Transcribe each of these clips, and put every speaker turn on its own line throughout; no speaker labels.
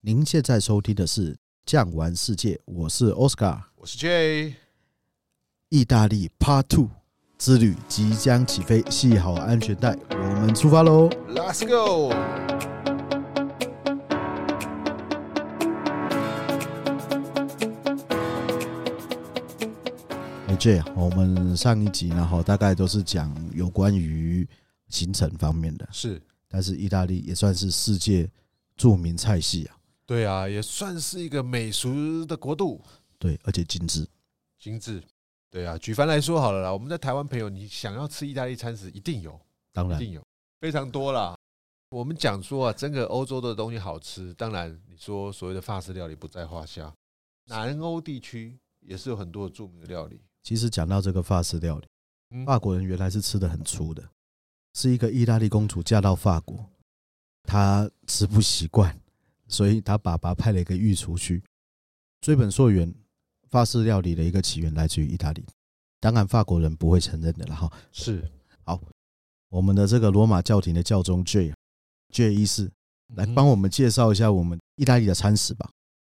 您现在收听的是《酱玩世界》，我是 Oscar。
我是 J，
意大利 Part Two 之旅即将起飞，系好安全带，我们出发喽！
l e t s go。
哎 J，我们上一集呢，哈，大概都是讲有关于行程方面的，
是，
但是意大利也算是世界著名菜系啊，
对啊，也算是一个美食的国度，
对，而且精致，
精致。对啊，举凡来说好了啦，我们在台湾朋友，你想要吃意大利餐食，一定有，
当
一
然
定有，非常多啦。我们讲说啊，整个欧洲的东西好吃，当然你说所谓的法式料理不在话下，南欧地区也是有很多的著名的料理。
其实讲到这个法式料理，
嗯
法国人原来是吃的很粗的，是一个意大利公主嫁到法国，她吃不习惯，所以她爸爸派了一个御厨去。追本溯源，法式料理的一个起源来自于意大利，当然法国人不会承认的了哈。
是
我们的这个罗马教廷的教宗 J J 医师来
嗯
帮我们介绍一下我们意大利的餐食吧。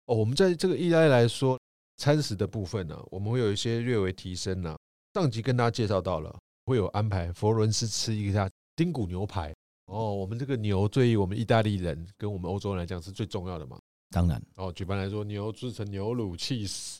哦，我们在这个意大利来说，餐食的部分呢、我们会有一些略微提升呢、上集跟大家介绍到了，会有安排佛罗伦斯吃一下丁骨牛排。哦，我们这个牛对于我们意大利人跟我们欧洲人来讲是最重要的嘛。
当然，
哦，举办来说，牛制成牛乳 cheese，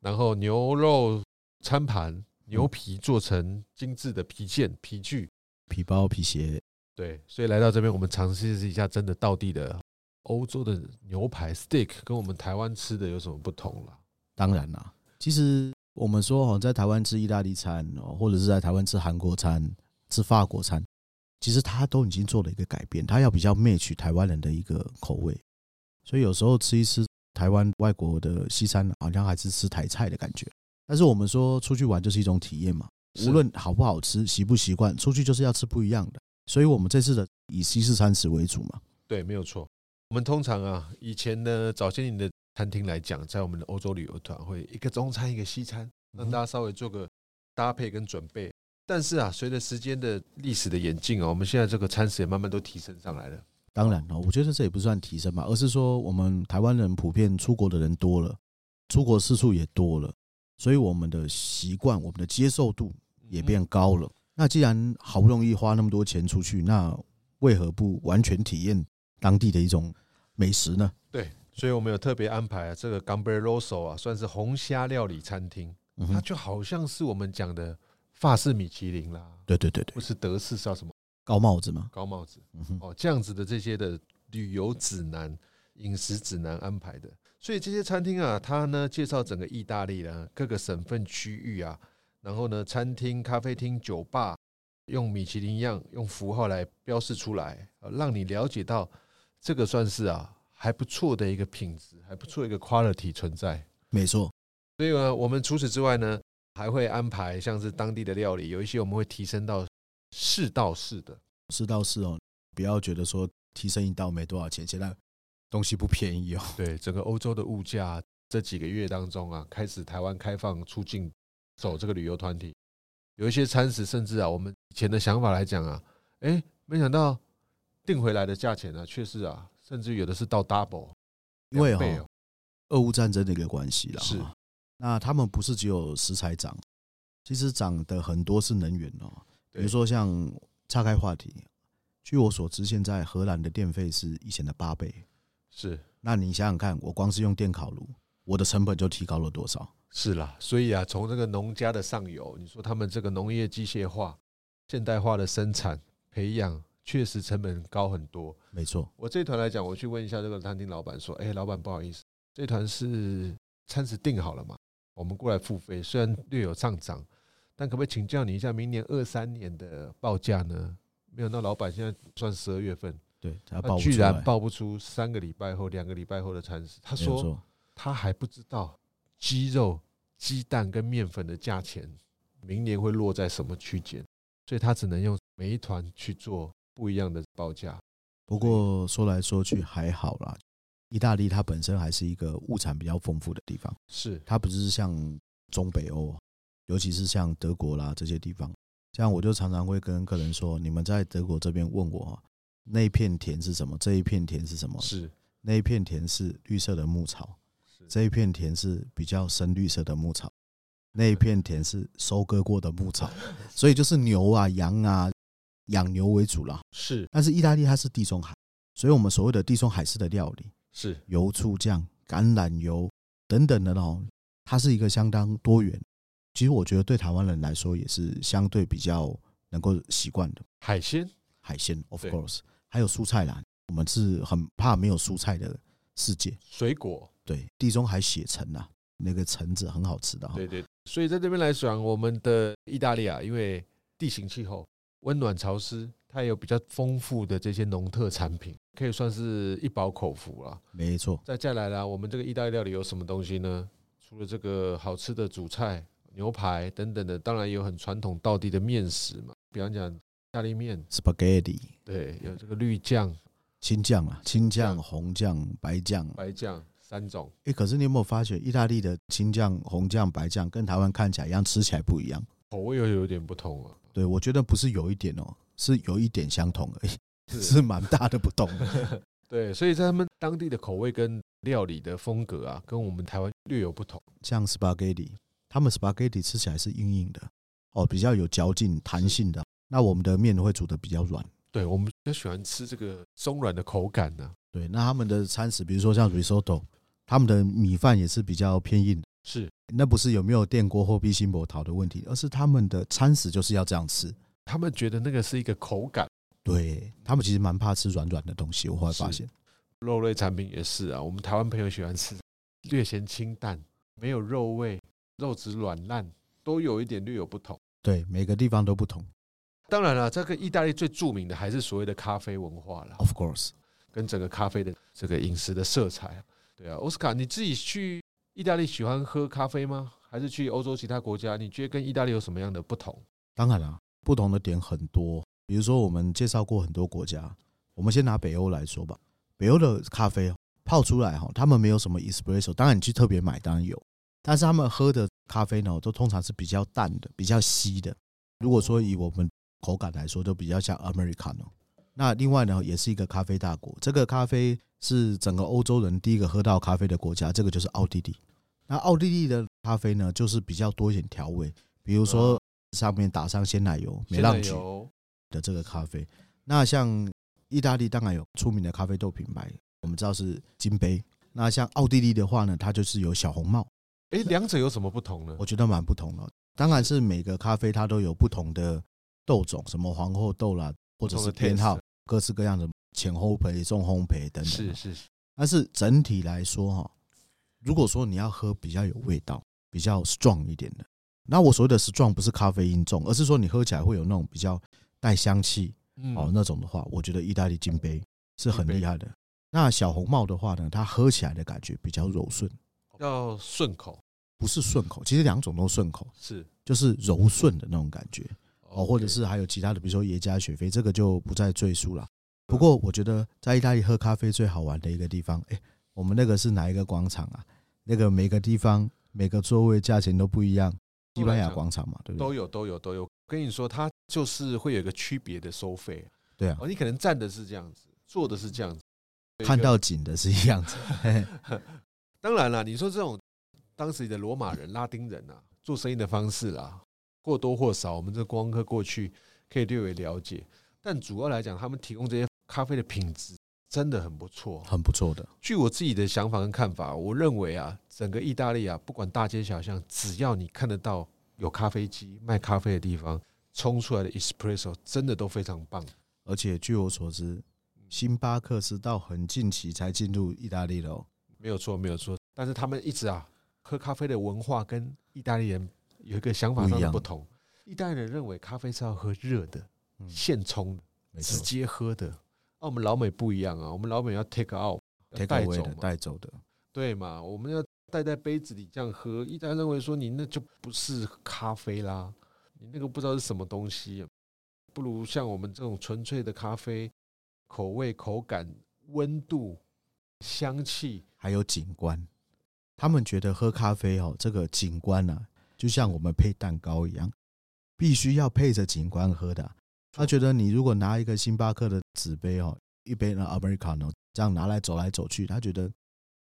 然后牛肉餐盘，牛皮做成精致的皮件皮具。
皮包、皮鞋，
对，所以来到这边，我们尝试一下真的道地的欧洲的牛排 steak 跟我们台湾吃的有什么不同了？
当然啦，其实我们说哦，在台湾吃意大利餐哦，或者是在台湾吃韩国餐、吃法国餐，其实它都已经做了一个改变，它要比较 match 台湾人的一个口味。所以有时候吃一吃台湾外国的西餐，好像还是吃台菜的感觉。但是我们说出去玩就是一种体验嘛，
是
无论好不好吃、习不习惯，出去就是要吃不一样的。所以我们这次的以西式餐食为主嘛，
对，没有错。我们通常啊，以前呢，早些年的餐厅来讲，在我们的欧洲旅游团会一个中餐一个西餐，
嗯
让大家稍微做个搭配跟准备。但是啊，随着时间的历史的演进啊，我们现在这个餐食也慢慢都提升上来了。
当然哦，我觉得这也不算提升吧，而是说我们台湾人普遍出国的人多了，出国次数也多了，所以我们的习惯、我们的接受度
嗯
也变高了。那既然好不容易花那么多钱出去，那为何不完全体验当地的一种美食呢？
对，所以我们有特别安排、啊、这个 Gamberoso 啊，算是红虾料理餐厅，
嗯
它
哼，
就好像是我们讲的法式米其林啦，
对对对对，
或是德式叫什么
高帽子嘛，
高帽子。
嗯哼，
哦，这样子的这些的旅游指南、饮食指南安排的。所以这些餐厅啊，它呢介绍整个意大利呢各个省份区域啊，然后呢餐厅、咖啡厅、酒吧，用米其林一样用符号来标示出来，呃让你了解到这个算是啊还不错的一个品质，还不错一个 quality 存在。
没错，
所以呢，我们除此之外呢，还会安排像是当地的料理，有一些我们会提升到市道式的。
是到是哦，不要觉得说提升一道没多少钱，现在东西不便宜哦。
对整个欧洲的物价，这几个月当中啊，开始台湾开放出境走这个旅游团体，有一些餐食甚至啊，我们以前的想法来讲啊，哎，没想到订回来的价钱呢、确实啊，甚至有的是到 double，
因为
两
哦
倍哦，
俄乌战争的一个关系啦。
是
哈，那他们不是只有食材涨，其实涨的很多是能源哦。比
对
如说像岔开话题，据我所知，现在荷兰的电费是以前的八倍。
是
那你想想看，我光是用电烤炉，我的成本就提高了多少？
是啦，所以啊，从这个农家的上游，你说他们这个农业机械化、现代化的生产培养，确实成本高很多。
没错，
我这一团来讲，我去问一下这个餐厅老板说：“哎、老板，不好意思，这团是餐食订好了嘛？我们过来付费，虽然略有上涨，但可不可以请教你一下明年二三年的报价呢？”没有，那老板现在算十二月份，
对，他
他
报不
居
出
然
来。
报不出三个礼拜后、两个礼拜后的餐食。他
没有
说
错，
他还不知道鸡肉、鸡蛋跟面粉的价钱明年会落在什么区间，所以他只能用每一团去做不一样的报价。
不过说来说去还好啦。意大利它本身还是一个物产比较丰富的地方，
是
它不是像中北欧，尤其是像德国啦这些地方。像我就常常会跟客人说，你们在德国这边问我、啊、那一片田是什么，这一片田是什么，
是，
那一片田是绿色的牧草，这一片田是比较深绿色的牧草，那一片田是收割过的牧草，所以就是牛啊、羊啊，养牛为主啦。
是
但是意大利它是地中海，所以我们所谓的地中海式的料理，
是
油醋酱、橄榄油等等的哦，它是一个相当多元。其实我觉得对台湾人来说也是相对比较能够习惯的
海鲜，
海鲜，of
对
course，还有蔬菜啦，我们是很怕没有蔬菜的世界。
水果，
对，地中海血橙啊，那个橙子很好吃的哈、
对对。所以在这边来讲，我们的意大利啊，因为地形气候温暖潮湿，它有比较丰富的这些农特产品，可以算是一饱口福了。
没错，
再再来啦，我们这个意大利料理有什么东西呢？除了这个好吃的主菜、牛排等等的，当然也有很传统道地的面食嘛，比方讲意大利面，
spaghetti
对，有这个绿酱、
青酱啊，青
酱
酱、红酱、白酱。哎、
白酱三种。
可是你有没有发觉，意大利的青酱、红酱、白酱跟台湾看起来一样，吃起来不一样？
口味又有点不同啊，
对，我觉得不是有一点哦，是有一点相同而已，
是
是蛮大的不同的。
对，所以在他们当地的口味跟料理的风格啊，跟我们台湾略有不同。
像 spaghetti，他们 spaghetti 吃起来是硬硬的，哦，比较有嚼劲、弹性的。那我们的面会煮的比较软。
对我们比较喜欢吃这个松软的口感啊呢、
对，那他们的餐食，比如说像 risotto，他们的米饭也是比较偏硬的。
是
那不是有没有电锅或必心博陶的问题，而是他们的餐食就是要这样吃。
他们觉得那个是一个口感，
对他们其实蛮怕吃软软的东西，我后来发
是
现。
肉类产品也是啊，我们台湾朋友喜欢吃，略显清淡，没有肉味，肉质软烂，都有一点略有不同。
对，每个地方都不同
当然了，这个意大利最著名的还是所谓的咖啡文化了，
，of course。
跟整个咖啡的这个饮食的色彩。对啊，奥斯卡，你自己去意大利喜欢喝咖啡吗？还是去欧洲其他国家？你觉得跟意大利有什么样的不同？
当然啦、不同的点很多。比如说，我们介绍过很多国家，我们先拿北欧来说吧。北欧的咖啡哦泡出来哈，他们没有什么 espresso，当然你去特别买当然有，但是他们喝的咖啡呢，都通常是比较淡的、比较稀的。如果说以我们口感来说，都比较像 americano。那另外呢，也是一个咖啡大国，这个咖啡是整个欧洲人第一个喝到咖啡的国家，这个就是奥地利。那奥地利的咖啡呢，就是比较多一点调味，比如说上面打上鲜奶油、梅
鲜奶
浪菊
油
的这个咖啡。那像意大利当然有出名的咖啡豆品牌，我们知道是金杯。那像奥地利的话呢，它就是有小红帽，
哎，两者有什么不同呢
我？觉得蛮不同的。当然是每个咖啡它都有不同的豆种，什么皇后豆啦，或者是偏好
taste，
各式各样的前烘焙、重烘焙等等。
是是是，
但是整体来说哈，如果说你要喝比较有味道、比较 strong 一点的，那我所谓的 strong 不是咖啡因重，而是说你喝起来会有那种比较带香气
嗯
哦那种的话，我觉得意大利金杯是很
金杯
厉害的。那小红帽的话呢，它喝起来的感觉比较柔顺，
要顺口
不是顺口，其实两种都顺口，
是
就是柔顺的那种感觉哦，或者
OK
是还有其他的，比如说耶加雪菲，这个就不再赘述了。
嗯
不过我觉得在意大利喝咖啡最好玩的一个地方，哎、我们那个是哪一个广场啊？那个每个地方每个座位价钱都不一样，西班牙广场嘛，对不对？
都有都有都有。跟你说，它就是会有一个区别的收费
对啊
哦，，你可能站的是这样子，坐的是这样子，
看到景的是一样 子，嘿嘿
当然了，你说这种当时的罗马人、拉丁人啊，做生意的方式啦，或多或少，我们这观光客过去可以略微了解。但主要来讲，他们提供这些咖啡的品质真的很不错。
很不错的。
据我自己的想法跟看法，我认为啊，整个意大利啊，不管大街小巷，只要你看得到有咖啡机卖咖啡的地方，冲出来的 espresso 真的都非常棒。
而且据我所知，星巴克是到很近期才进入意大利的哦。
没有错，没有错。但是他们一直啊，喝咖啡的文化跟意大利人有一个想法上
不一
的
样
不同。意大利人认为咖啡是要喝热的、
嗯，
现冲的、
没
直
错
接喝的。那、我们老美不一样啊，我们老美要 take out，要
，take
带
away
走
的
嘛，
带走的，
对嘛？我们要带在杯子里这样喝。意大利认为说你那就不是咖啡啦，你那个不知道是什么东西、不如像我们这种纯粹的咖啡，口味、口感、温度、香气，
还有景观。他们觉得喝咖啡哦，这个景观啊，就像我们配蛋糕一样，必须要配着景观喝的啊、他觉得你如果拿一个星巴克的纸杯哦，一杯呢 Americano，这样拿来走来走去，他觉得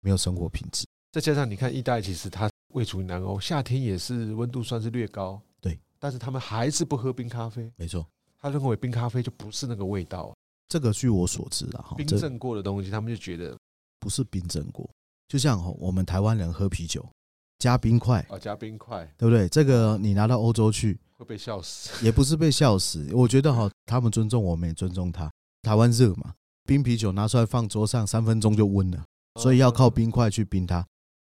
没有生活品质。
再加上你看，意大利其实它位处南欧，夏天也是温度算是略高，
对，
但是他们还是不喝冰咖啡，
没错，
他认为冰咖啡就不是那个味道，
这个据我所知啊，哈，
冰
哦这
镇过的东西，他们就觉得
不是冰镇过，就像哈我们台湾人喝啤酒加冰块，
啊加冰块
对不对？这个你拿到欧洲去，
会被笑死，
也不是被笑死。我觉得哈，他们尊重我们，也尊重他。台湾热嘛，冰啤酒拿出来放桌上，三分钟就温了，
哦
所以要靠冰块去冰它。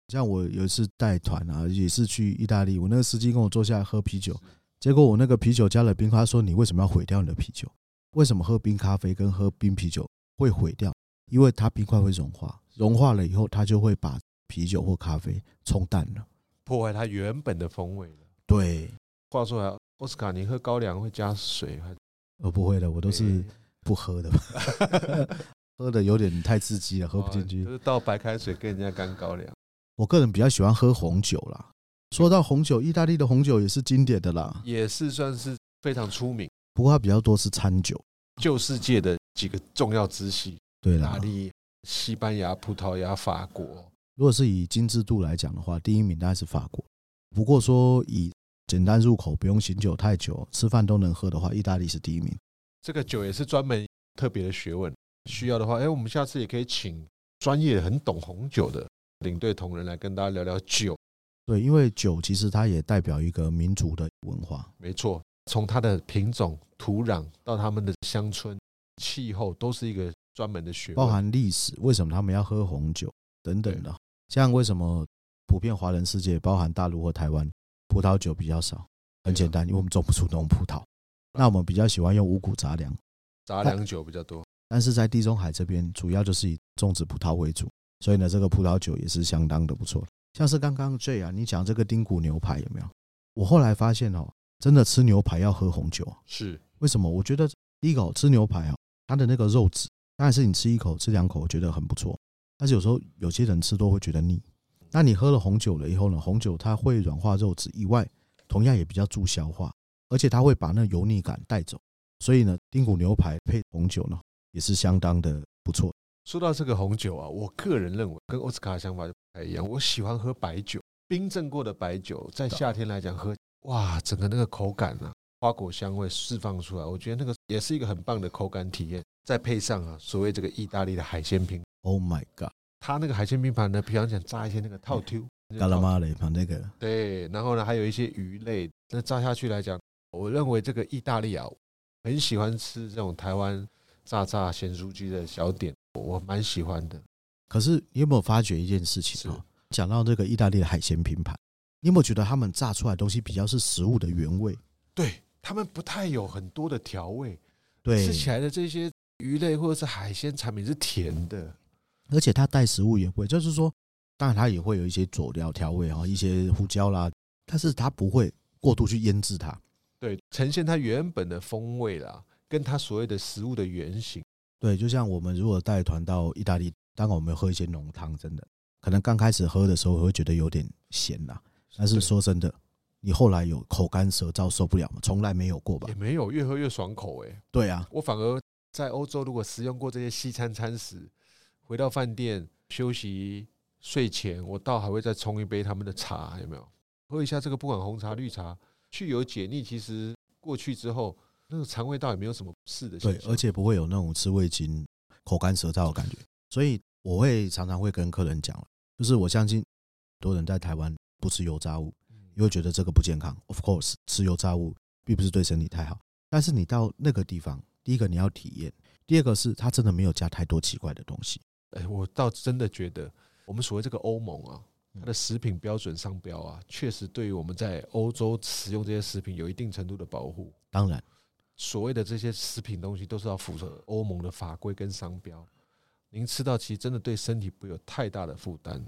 像我有一次带团啊，也是去意大利，我那个司机跟我坐下来喝啤酒，结果我那个啤酒加了冰块，他说你为什么要毁掉你的啤酒？为什么喝冰咖啡跟喝冰啤酒会毁掉？因为它冰块会融化，融化了以后，它就会把啤酒或咖啡冲淡了。
破坏它原本的风味了。
对，
话说来，奥斯卡，你喝高粱会加水还
呃，不会的，我都是不喝的。 喝的有点太刺激了，喝不进
哦
去
就。是倒白开水跟人家干高粱。
我个人比较喜欢喝红酒
嗯
啦。说到红酒，意大利的红酒也是经典的啦，
也是算是非常出名，
不过它比较多是餐酒。
旧世界的几个重要支系：
对啊
意
啦
大，利、西班牙、葡萄牙、法国。
如果是以精致度来讲的话，第一名当然是法国。不过说以简单入口，不用醒酒太久，吃饭都能喝的话，意大利是第一名。
这个酒也是专门特别的学问，需要的话，哎，我们下次也可以请专业很懂红酒的领队同仁来跟大家聊聊酒。
对，因为酒其实它也代表一个民族的文化。
没错，从它的品种、土壤到他们的乡村、气候，都是一个专门的学问。
包含历史，为什么他们要喝红酒等等的。像为什么普遍华人世界，包含大陆或台湾，葡萄酒比较少？很简单，因为我们种不出农葡萄。那我们比较喜欢用五谷杂粮，
杂粮酒比较多，
但是在地中海这边主要就是以种植葡萄为主，所以呢，这个葡萄酒也是相当的不错。像是刚刚 J 啊，你讲这个丁骨牛排有没有？我后来发现哦，真的吃牛排要喝红酒，啊
是
为什么？我觉得第一口吃牛排啊，它的那个肉质，当然是你吃一口、吃两口，我觉得很不错。但是有时候有些人吃多会觉得腻。那你喝了红酒了以后呢，红酒它会软化肉质以外，同样也比较助消化，而且它会把那油腻感带走。所以呢，丁骨牛排配红酒呢，也是相当的不错。
说到这个红酒啊，我个人认为跟奥斯卡的想法就不太一样。我喜欢喝白酒，冰镇过的白酒，在夏天来讲喝，哇，整个那个口感啊，花果香味释放出来，我觉得那个也是一个很棒的口感体验。再配上啊，所谓这个意大利的海鲜拼，
Oh my god，
它那个海鲜拼盘呢，平常讲炸一些那个套 Q，
嘎啦嘛嘞，把那个
对，然后呢，还有一些鱼类，那炸下去来讲，我认为这个意大利啊，很喜欢吃这种台湾炸炸咸酥鸡的小点，我蛮喜欢的。
可是你有没有发觉一件事情
是
啊？讲到这个意大利的海鲜拼盘，你有没有觉得他们炸出来的东西比较是食物的原味？
对他们不太有很多的调味，
对，
吃起来的这些鱼类或者是海鲜产品是甜的，
而且它带食物也会，就是说，当然它也会有一些佐料调味啊哈，一些胡椒啦，但是它不会过度去腌制它。
对，呈现它原本的风味啦，跟它所谓的食物的原型。
对，就像我们如果带团到意大利，当然我们喝一些浓汤，真的可能刚开始喝的时候会觉得有点咸啦，但是
对
说真的，你后来有口干舌燥受不了吗？从来没有过吧
也？没有越喝越爽口哎、
对啊，
我反而在欧洲如果食用过这些西餐餐食，回到饭店休息睡前，我倒还会再冲一杯他们的茶，有没有？喝一下这个不管红茶绿茶，去油解腻，其实过去之后，那个肠胃道也没有什么不适的现
对，
象。
而且不会有那种吃味精、口干舌燥的感觉。所以我会常常会跟客人讲，就是我相信很多人在台湾不吃油炸物，
嗯
因为觉得这个不健康。Of course，吃油炸物并不是对身体太好，但是你到那个地方，第一个你要体验，第二个是它真的没有加太多奇怪的东西。
哎、我倒真的觉得，我们所谓这个欧盟啊，
嗯
它的食品标准商标啊，确实对于我们在欧洲使用这些食品有一定程度的保护。
当然，
所谓的这些食品东西都是要符合欧盟的法规跟商标。您吃到其实真的对身体不会有太大的负担。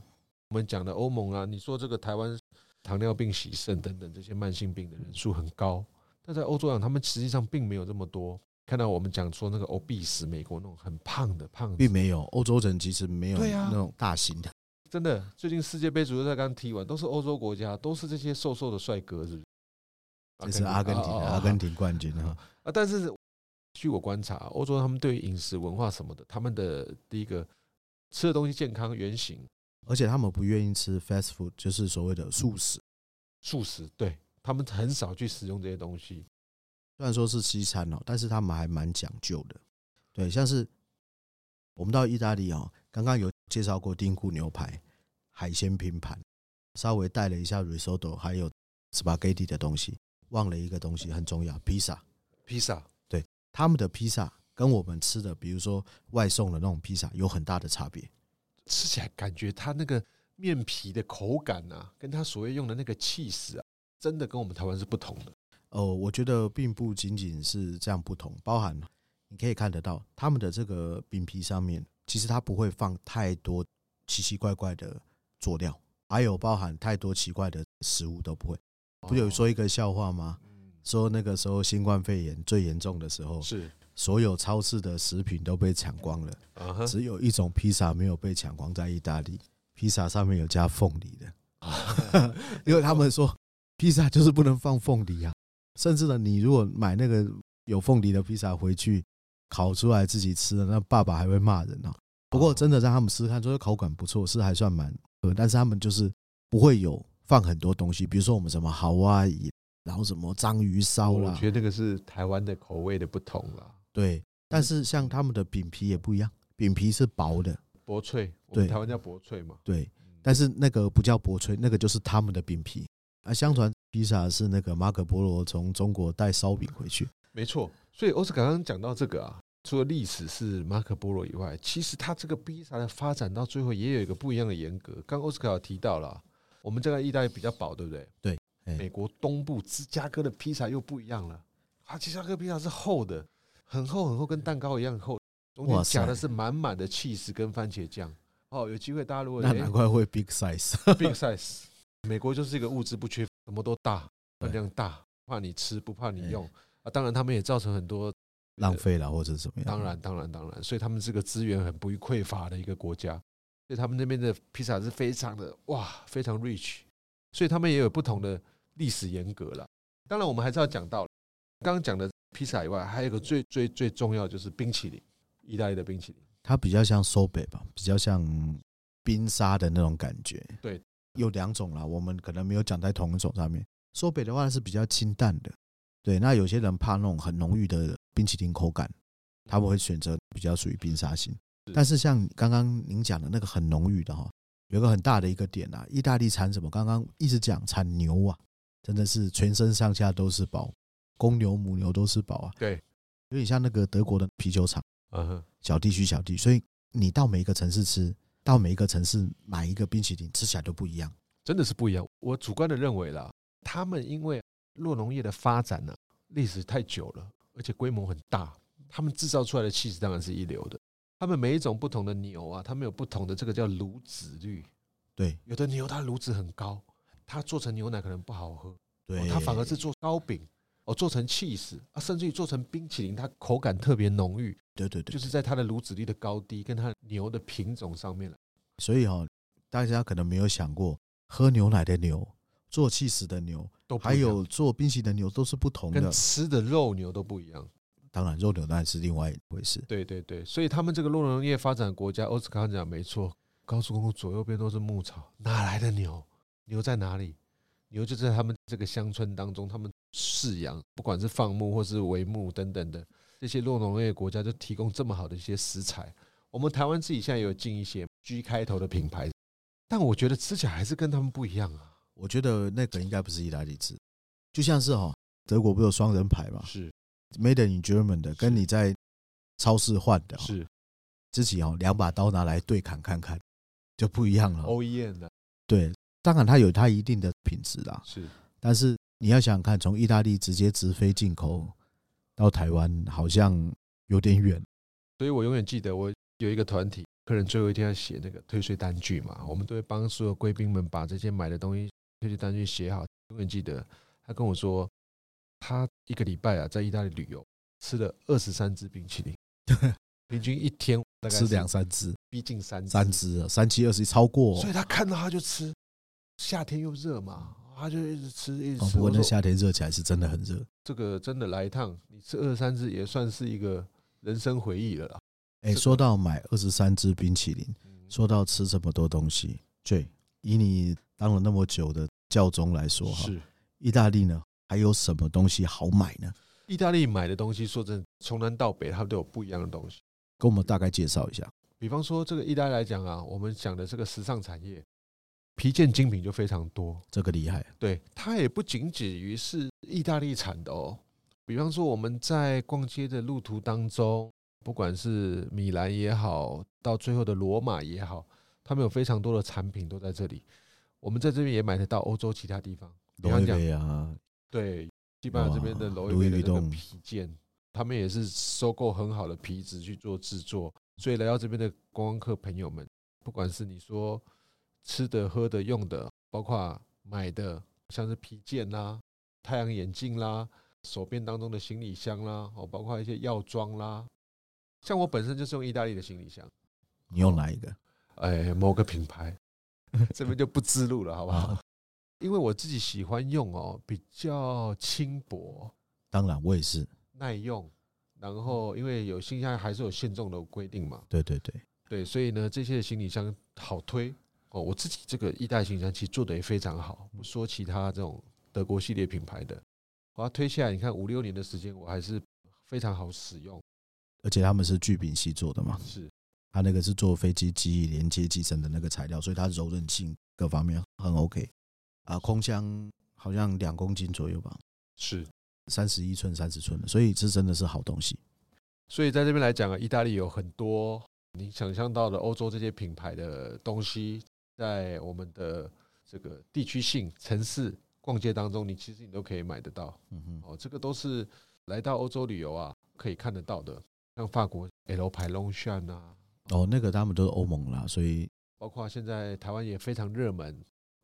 我们讲的欧盟啊，你说这个台湾糖尿病、洗肾等等这些慢性病的人数很高，但在欧洲讲他们实际上并没有这么多。看到我们讲说那个 obese 美国那种很胖的胖子
并，没有欧洲人其实没有
对啊
那种大型的。
真的，最近世界杯足球赛刚踢完，都是欧洲国家，都是这些瘦瘦的帅哥，是不是？
啊
哦
这是阿根廷的，阿根廷冠军
啊
哈。
啊！但是据我观察，欧洲他们对于饮食文化什么的，他们的第一个吃的东西健康、原型、
而且他们不愿意吃 fast food，就是所谓的素食。
素食，对他们很少去使用这些东西。
虽然说是西餐哦，但是他们还蛮讲究的。对，像是我们到意大利哦，刚刚有介绍过丁固牛排、海鲜拼盘，稍微带了一下 risotto，还有 spaghetti 的东西。忘了一个东西很重要，披萨。
披萨，
他们的披萨跟我们吃的，比如说外送的那种披萨，有很大的差别。
吃起来感觉它那个面皮的口感啊，跟它所谓用的那个气势啊，真的跟我们台湾是不同的。
哦，我觉得并不仅仅是这样不同，包含你可以看得到他们的这个饼皮上面，其实它不会放太多奇奇怪怪的佐料，还有包含太多奇怪的食物都不会。不有说一个笑话吗？说那个时候新冠肺炎最严重的时候，
哦是
所有超市的食品都被抢光了，
啊哈，
只有一种披萨没有被抢光，在意大利，披萨上面有加凤梨的。
哦
因为他们说披萨就是不能放凤梨啊，甚至呢，你如果买那个有凤梨的披萨回去烤出来自己吃的，那爸爸还会骂人哦。不过真的让他们试试看，说口感不错，是还算蛮呃，但是他们就是不会有放很多东西，比如说我们什么豪啊，然后什么章鱼烧
哦我
啦，
觉得那个是台湾的口味的不同啦，
对。但是像他们的饼皮也不一样，饼皮是薄的，
薄脆，我们
对
台湾叫薄脆嘛。
对，但是那个不叫薄脆，那个就是他们的饼皮。啊，相传披萨是那个马可波罗从中国带烧饼回去，
没错，所以欧斯刚刚讲到这个啊，除了历史是马可波罗以外，其实它这个披萨的发展到最后也有一个不一样的严格。刚欧斯卡有提到了啊，我们这个意大利比较薄，对不对？
对哎
美国东部芝加哥的披萨又不一样了，它芝加哥披萨是厚的，很厚很厚，跟蛋糕一样厚，中间
哇塞
夹的是满满的 cheese 跟番茄酱。哦，有机会大家如果
那
哎
难怪会 big size。
big size。美国就是一个物质不缺，什么都大，
对
分量大，不怕你吃，不怕你
哎
用啊。当然，他们也造成很多
浪。费了或者怎么样？
当，然，当然，当然，所以他们是个资源很不匮乏的一个国家，所以他们那边的披萨是非常的哇，非常 rich，所以他们也有不同的历史严格了。当然，我们还是要讲到刚刚讲的披萨以外，还有一个最最最重要的就是冰淇淋，意大利的冰淇淋。
它比较像 s o b e 吧，比较像冰沙的那种感觉。
对，
有两种啦，我们可能没有讲在同一种上面。s o b e 的话是比较清淡的，对。那有些人怕那种很浓郁的冰淇淋口感，他们会选择比较属于冰沙型。
是
但是像刚刚您讲的那个很浓郁的哈，有一个很大的一个点啊，意大利产什么？刚刚一直讲产牛啊，真的是全身上下都是宝，公牛母牛都是宝啊。
对，
有点像那个德国的啤酒厂。
嗯哼，
小地区小地，所以你到每一个城市吃，到每一个城市买一个冰淇淋，吃起来都不一样。
真的是不一样。我主观的认为啦，他们因为洛农业的发展呢、历史太久了，而且规模很大，他们制造出来的气质当然是一流的。他们每一种不同的牛啊，他们有不同的这个叫乳脂率，
对
有的牛它乳脂很高，它做成牛奶可能不好喝，
对
哦，它反而是做糕饼，哦，做成 cheese 啊，甚至于做成冰淇淋，它口感特别浓郁，
对对对，
就是在它的乳脂率的高低跟它牛的品种上面了。
所以哈、哦，大家可能没有想过，喝牛奶的牛、做气死的牛，
都不
还
一样
有做冰淇淋的牛都是不同
跟
的。
吃的肉牛都不一样。
当然，肉牛当然是另外一回事。
对对对，所以他们这个洛农业发展国家，欧斯卡讲没错，高速公路左右边都是牧草，哪来的牛？牛在哪里？牛就在他们这个乡村当中，他们饲养，不管是放牧或是围牧等等的，这些洛农业国家就提供这么好的一些食材。我们台湾自己现在也有进一些 G 开头的品牌，但我觉得吃起来还是跟他们不一样啊。
我觉得那个应该不是意大利制，就像是哈、哦，德国不是有双人牌嘛
是
，Made in German 的，跟
是
你在超市换的、哦，
是
自己哦两把刀拿来对砍看看，就不一样了。
哦，OEM E 的，
对，当然它有它一定的品质啦，
是
但是你要想想看，从意大利直接直飞进口到台湾，好像有点远。
所以我永远记得，我有一个团体，客人最后一天要写那个退税单据嘛，我们都会帮所有贵宾们把这些买的东西退税单据写好。永远记得，他跟我说，他一个礼拜啊，在意大利旅游吃了二十三支冰 淇淋，平均一天大概
吃
是
两三只，
逼近三
三哦
支，
只，三七二十一，超过
所以他看到他就吃。夏天又热嘛，啊，他就一直吃一直
哦，
吃。
不过
我
那
说
夏天热起来是真的很热。
这个真的来一趟，你吃二三次也算是一个人生回忆了啦。
哎、
这个
说到买二十三支冰淇淋，
嗯
说到吃这么多东西，对，以你当了那么久的教宗来说哈，
是
意大利呢还有什么东西好买呢？
意大利买的东西，说真的，从南到北，他们都有不一样的东西。
跟我们大概介绍一下。
比方说，这个意大利来讲啊，我们讲的这个时尚产业，皮件精品就非常多。
这个厉害，
对，它也不仅止于是意大利产的哦。比方说，我们在逛街的路途当中，不管是米兰也好，到最后的罗马也好，他们有非常多的产品都在这里。我们在这边也买得到欧洲其他地方，比
罗
方
意
讲，
贝啊，
对，西班牙这边的
哇
楼
路易
里面的
威
那
登
个皮件，他们也是收购很好的皮质去做制作，所以来到这边的观光客朋友们，不管是你说吃的、喝的、用的，包括买的，像是皮件啦、太阳眼镜啦、手边当中的行李箱啦，哦，包括一些药妆啦，像我本身就是用意大利的行李箱，
你用哪一个？
哎，某个品牌，这边就不自录了，好 不
哦
好？因为我自己喜欢用哦，比较轻薄，
当然，我也是。
耐用，然后因为有新箱还是有限重的规定嘛，
对对对，
对，所以呢，这些行李箱好推哦。我自己这个一代行李箱其实做的也非常好，不说其他这种德国系列品牌的，我要推下来，你看五六年的时间，我还是非常好使用。
而且他们是聚丙烯做的嘛，
是，
它那个是做飞机机翼连接机身的那个材料，所以它柔韧性各方面很 OK。啊，空箱好像两公斤左右吧，
是，
三十一寸、三十寸的，所以这真的是好东西。
所以在这边来讲啊，意大利有很多你想象到的欧洲这些品牌的东西，在我们的这个地区性城市逛街当中，你其实你都可以买得到。
嗯哼，
哦，这个都是来到欧洲旅游啊可以看得到的，像法国 L 牌 Longchamp 啊，
哦，那个他们都是欧盟啦，所以
包括现在台湾也非常热门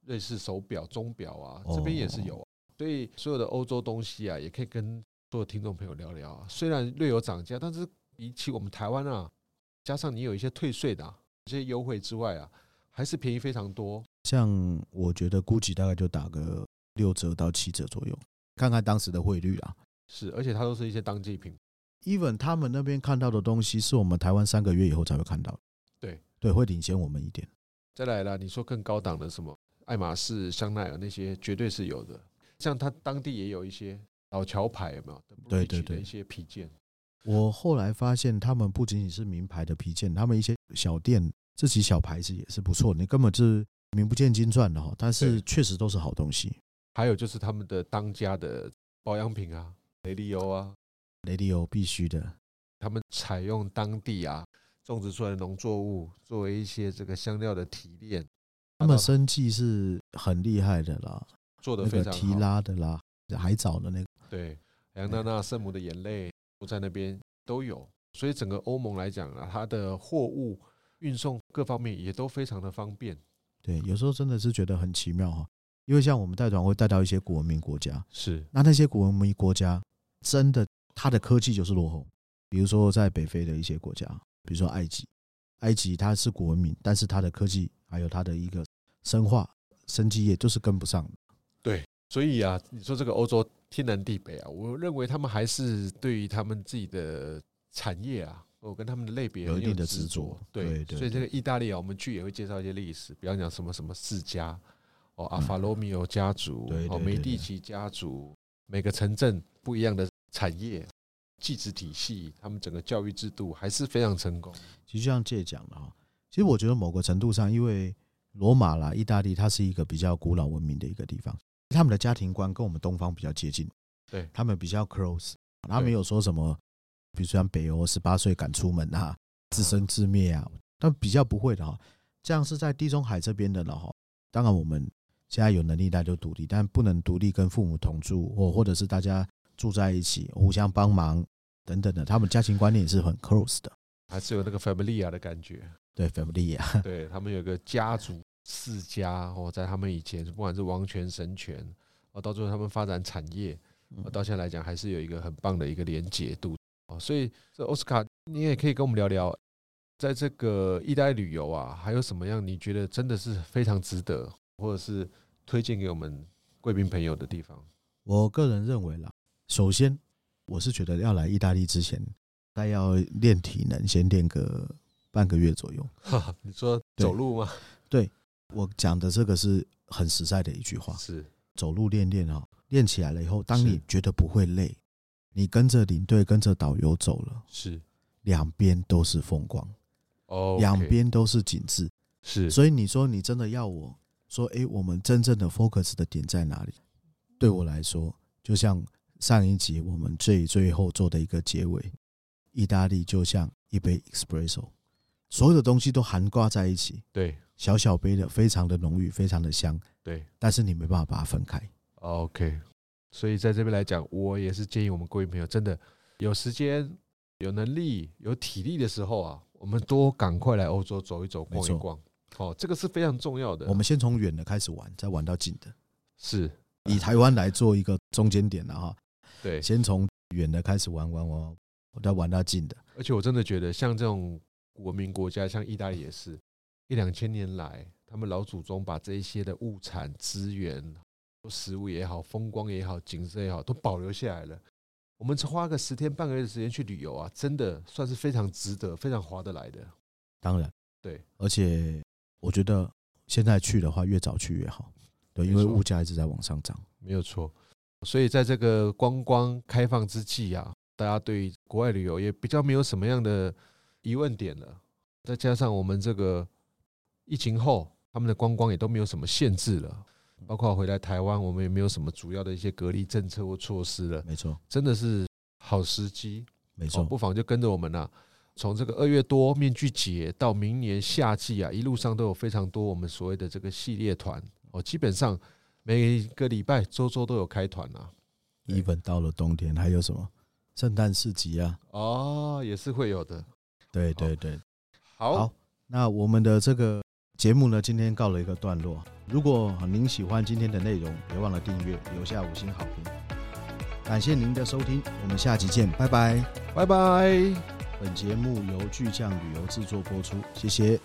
瑞士手表、钟表啊，这边也是有、啊。所以所有的欧洲东西啊，也可以跟所有听众朋友聊聊啊。虽然略有涨价，但是比起我们台湾啊，加上你有一些退税的、啊、一些优惠之外啊，还是便宜非常多。
像我觉得估计大概就打个六折到七折左右，看看当时的汇率啦。
是，而且它都是一些当季品。
even 他们那边看到的东西，是我们台湾三个月以后才会看到的。
对
对，会领先我们一点。
再来啦，你说更高档的什么爱马仕、香奈儿那些，绝对是有的。像它当地也有一些老桥牌，有没有？
对对对
的一些皮件，
我后来发现，他们不仅仅是名牌的皮件，他们一些小店自己小牌子也是不错，你根本就是名不见经传的哈。但是
对
确实都是好东西。
还有就是他们的当家的保养品啊，雷利欧啊，
雷迪欧必须的，
他们采用当地啊种植出来的农作物作为一些这个香料的提炼，
他们生计是很厉害的啦，
做的
那
非
个
常
提
好。
拉的啦，海藻的那个，
对，杨娜娜圣母的眼泪都在那边都有，所以整个欧盟来讲啊，它的货物运送各方面也都非常的方便。
对，有时候真的是觉得很奇妙哈。因为像我们带团会带到一些古文明国家，
是，
那那些古文明国家，真的它的科技就是落后。比如说在北非的一些国家，比如说埃及，埃及它是古文明，但是它的科技还有它的一个生化、生机业就是跟不上的。
所以啊，你说这个欧洲天南地北啊，我认为他们还是对于他们自己的产业啊，我跟他们的类别
有一
很
定的
执
执着
对，
对对
所以这个意大利啊，我们去也会介绍一些历史，比方讲什么什么世家，哦，阿法罗密欧家
嗯
族，
对对
哦，
对
梅
对
第奇家族，每个城镇不一样的产业。技职体系，他们整个教育制度还是非常成功。
其实就像借讲的哈，其实我觉得某个程度上，因为罗马啦、意大利，它是一个比较古老文明的一个地方，他们的家庭观跟我们东方比较接近，
对
他们比较 close，他们
对
有说什么，比如说像北欧十八岁敢出门啊，自生自灭啊，但比较不会的哈。这样是在地中海这边的了哈。当然，我们现在有能力大家就独立，但不能独立跟父母同住，或或者是大家住在一起，互相帮忙等等的，他们家庭观念也是很 close 的。
还是有那个 family 啊的感觉。
对 family 啊，
对他们有个家族世家，哦，在他们以前不管是王权、神权，哦，到最后他们发展产业，
嗯
哦，到现在来讲还是有一个很棒的一个连结度哦。所以这奥斯卡，你也可以跟我们聊聊，在这个意大利旅游啊，还有什么样你觉得真的是非常值得，或者是推荐给我们贵宾朋友的地方？
我个人认为啦，首先我是觉得要来意大利之前，该要练体能，先练个半个月左右。
哈哈 你说走路吗？
我讲的这个是很实在的一句话，
是
走路练练啊，练起来了以后，当
是
你觉得不会累，你跟着领队跟着导游走了，
是
两边都是风光，
哦，
两边都是景致。
是
所以你说你真的要我说，诶，我们真正的 focus 的点在哪里？对我来说，就像上一集我们最最后做的一个结尾，意大利就像一杯 espresso，所有的东西都含挂在一起，
对
小小杯的，非常的浓郁，非常的香，
对
但是你没办法把它分开。
，OK。所以在这边来讲，我也是建议我们贵宾朋友，真的有时间、有能力、有体力的时候啊，我们多赶快来欧洲走一走、
没
逛
错
一逛。哦，这个是非常重要的。
我们先从远的开始玩，再玩到近的，
是
以台湾来做一个中间点了哈，
啊对，
先从远的开始玩玩玩，玩再玩到近的。
而且我真的觉得，像这种文明国家，像意大利也是，一两千年来，他们老祖宗把这一些的物产资源、食物也好、风光也好、景色也好，都保留下来了。我们花个十天半个月的时间去旅游啊，真的算是非常值得、非常划得来的。
当然，
对，
而且我觉得现在去的话，越早去越好，对，
没
因为
错
物价一直在往上涨。
没有错。所以在这个观光开放之际啊，大家对于国外旅游也比较没有什么样的疑问点了。再加上我们这个疫情后，他们的观光也都没有什么限制了，包括回来台湾，我们也没有什么主要的一些隔离政策或措施了，
没错，
真的是好时机。
没
哦，
错，
不妨就跟着我们呐、从这个二月多面具节到明年夏季啊，一路上都有非常多我们所谓的这个系列团哦，基本上每个礼拜周周都有开团啊。对
even 到了冬天，还有什么圣诞市集啊？
哦，也是会有的。
对
好
对对。
好，
好那我们的这个节目呢，今天告了一个段落。如果您喜欢今天的内容，别忘了订阅，留下五星好评。感谢您的收听，我们下集见，拜拜。
拜拜。
本节目由巨匠旅游制作播出，谢谢。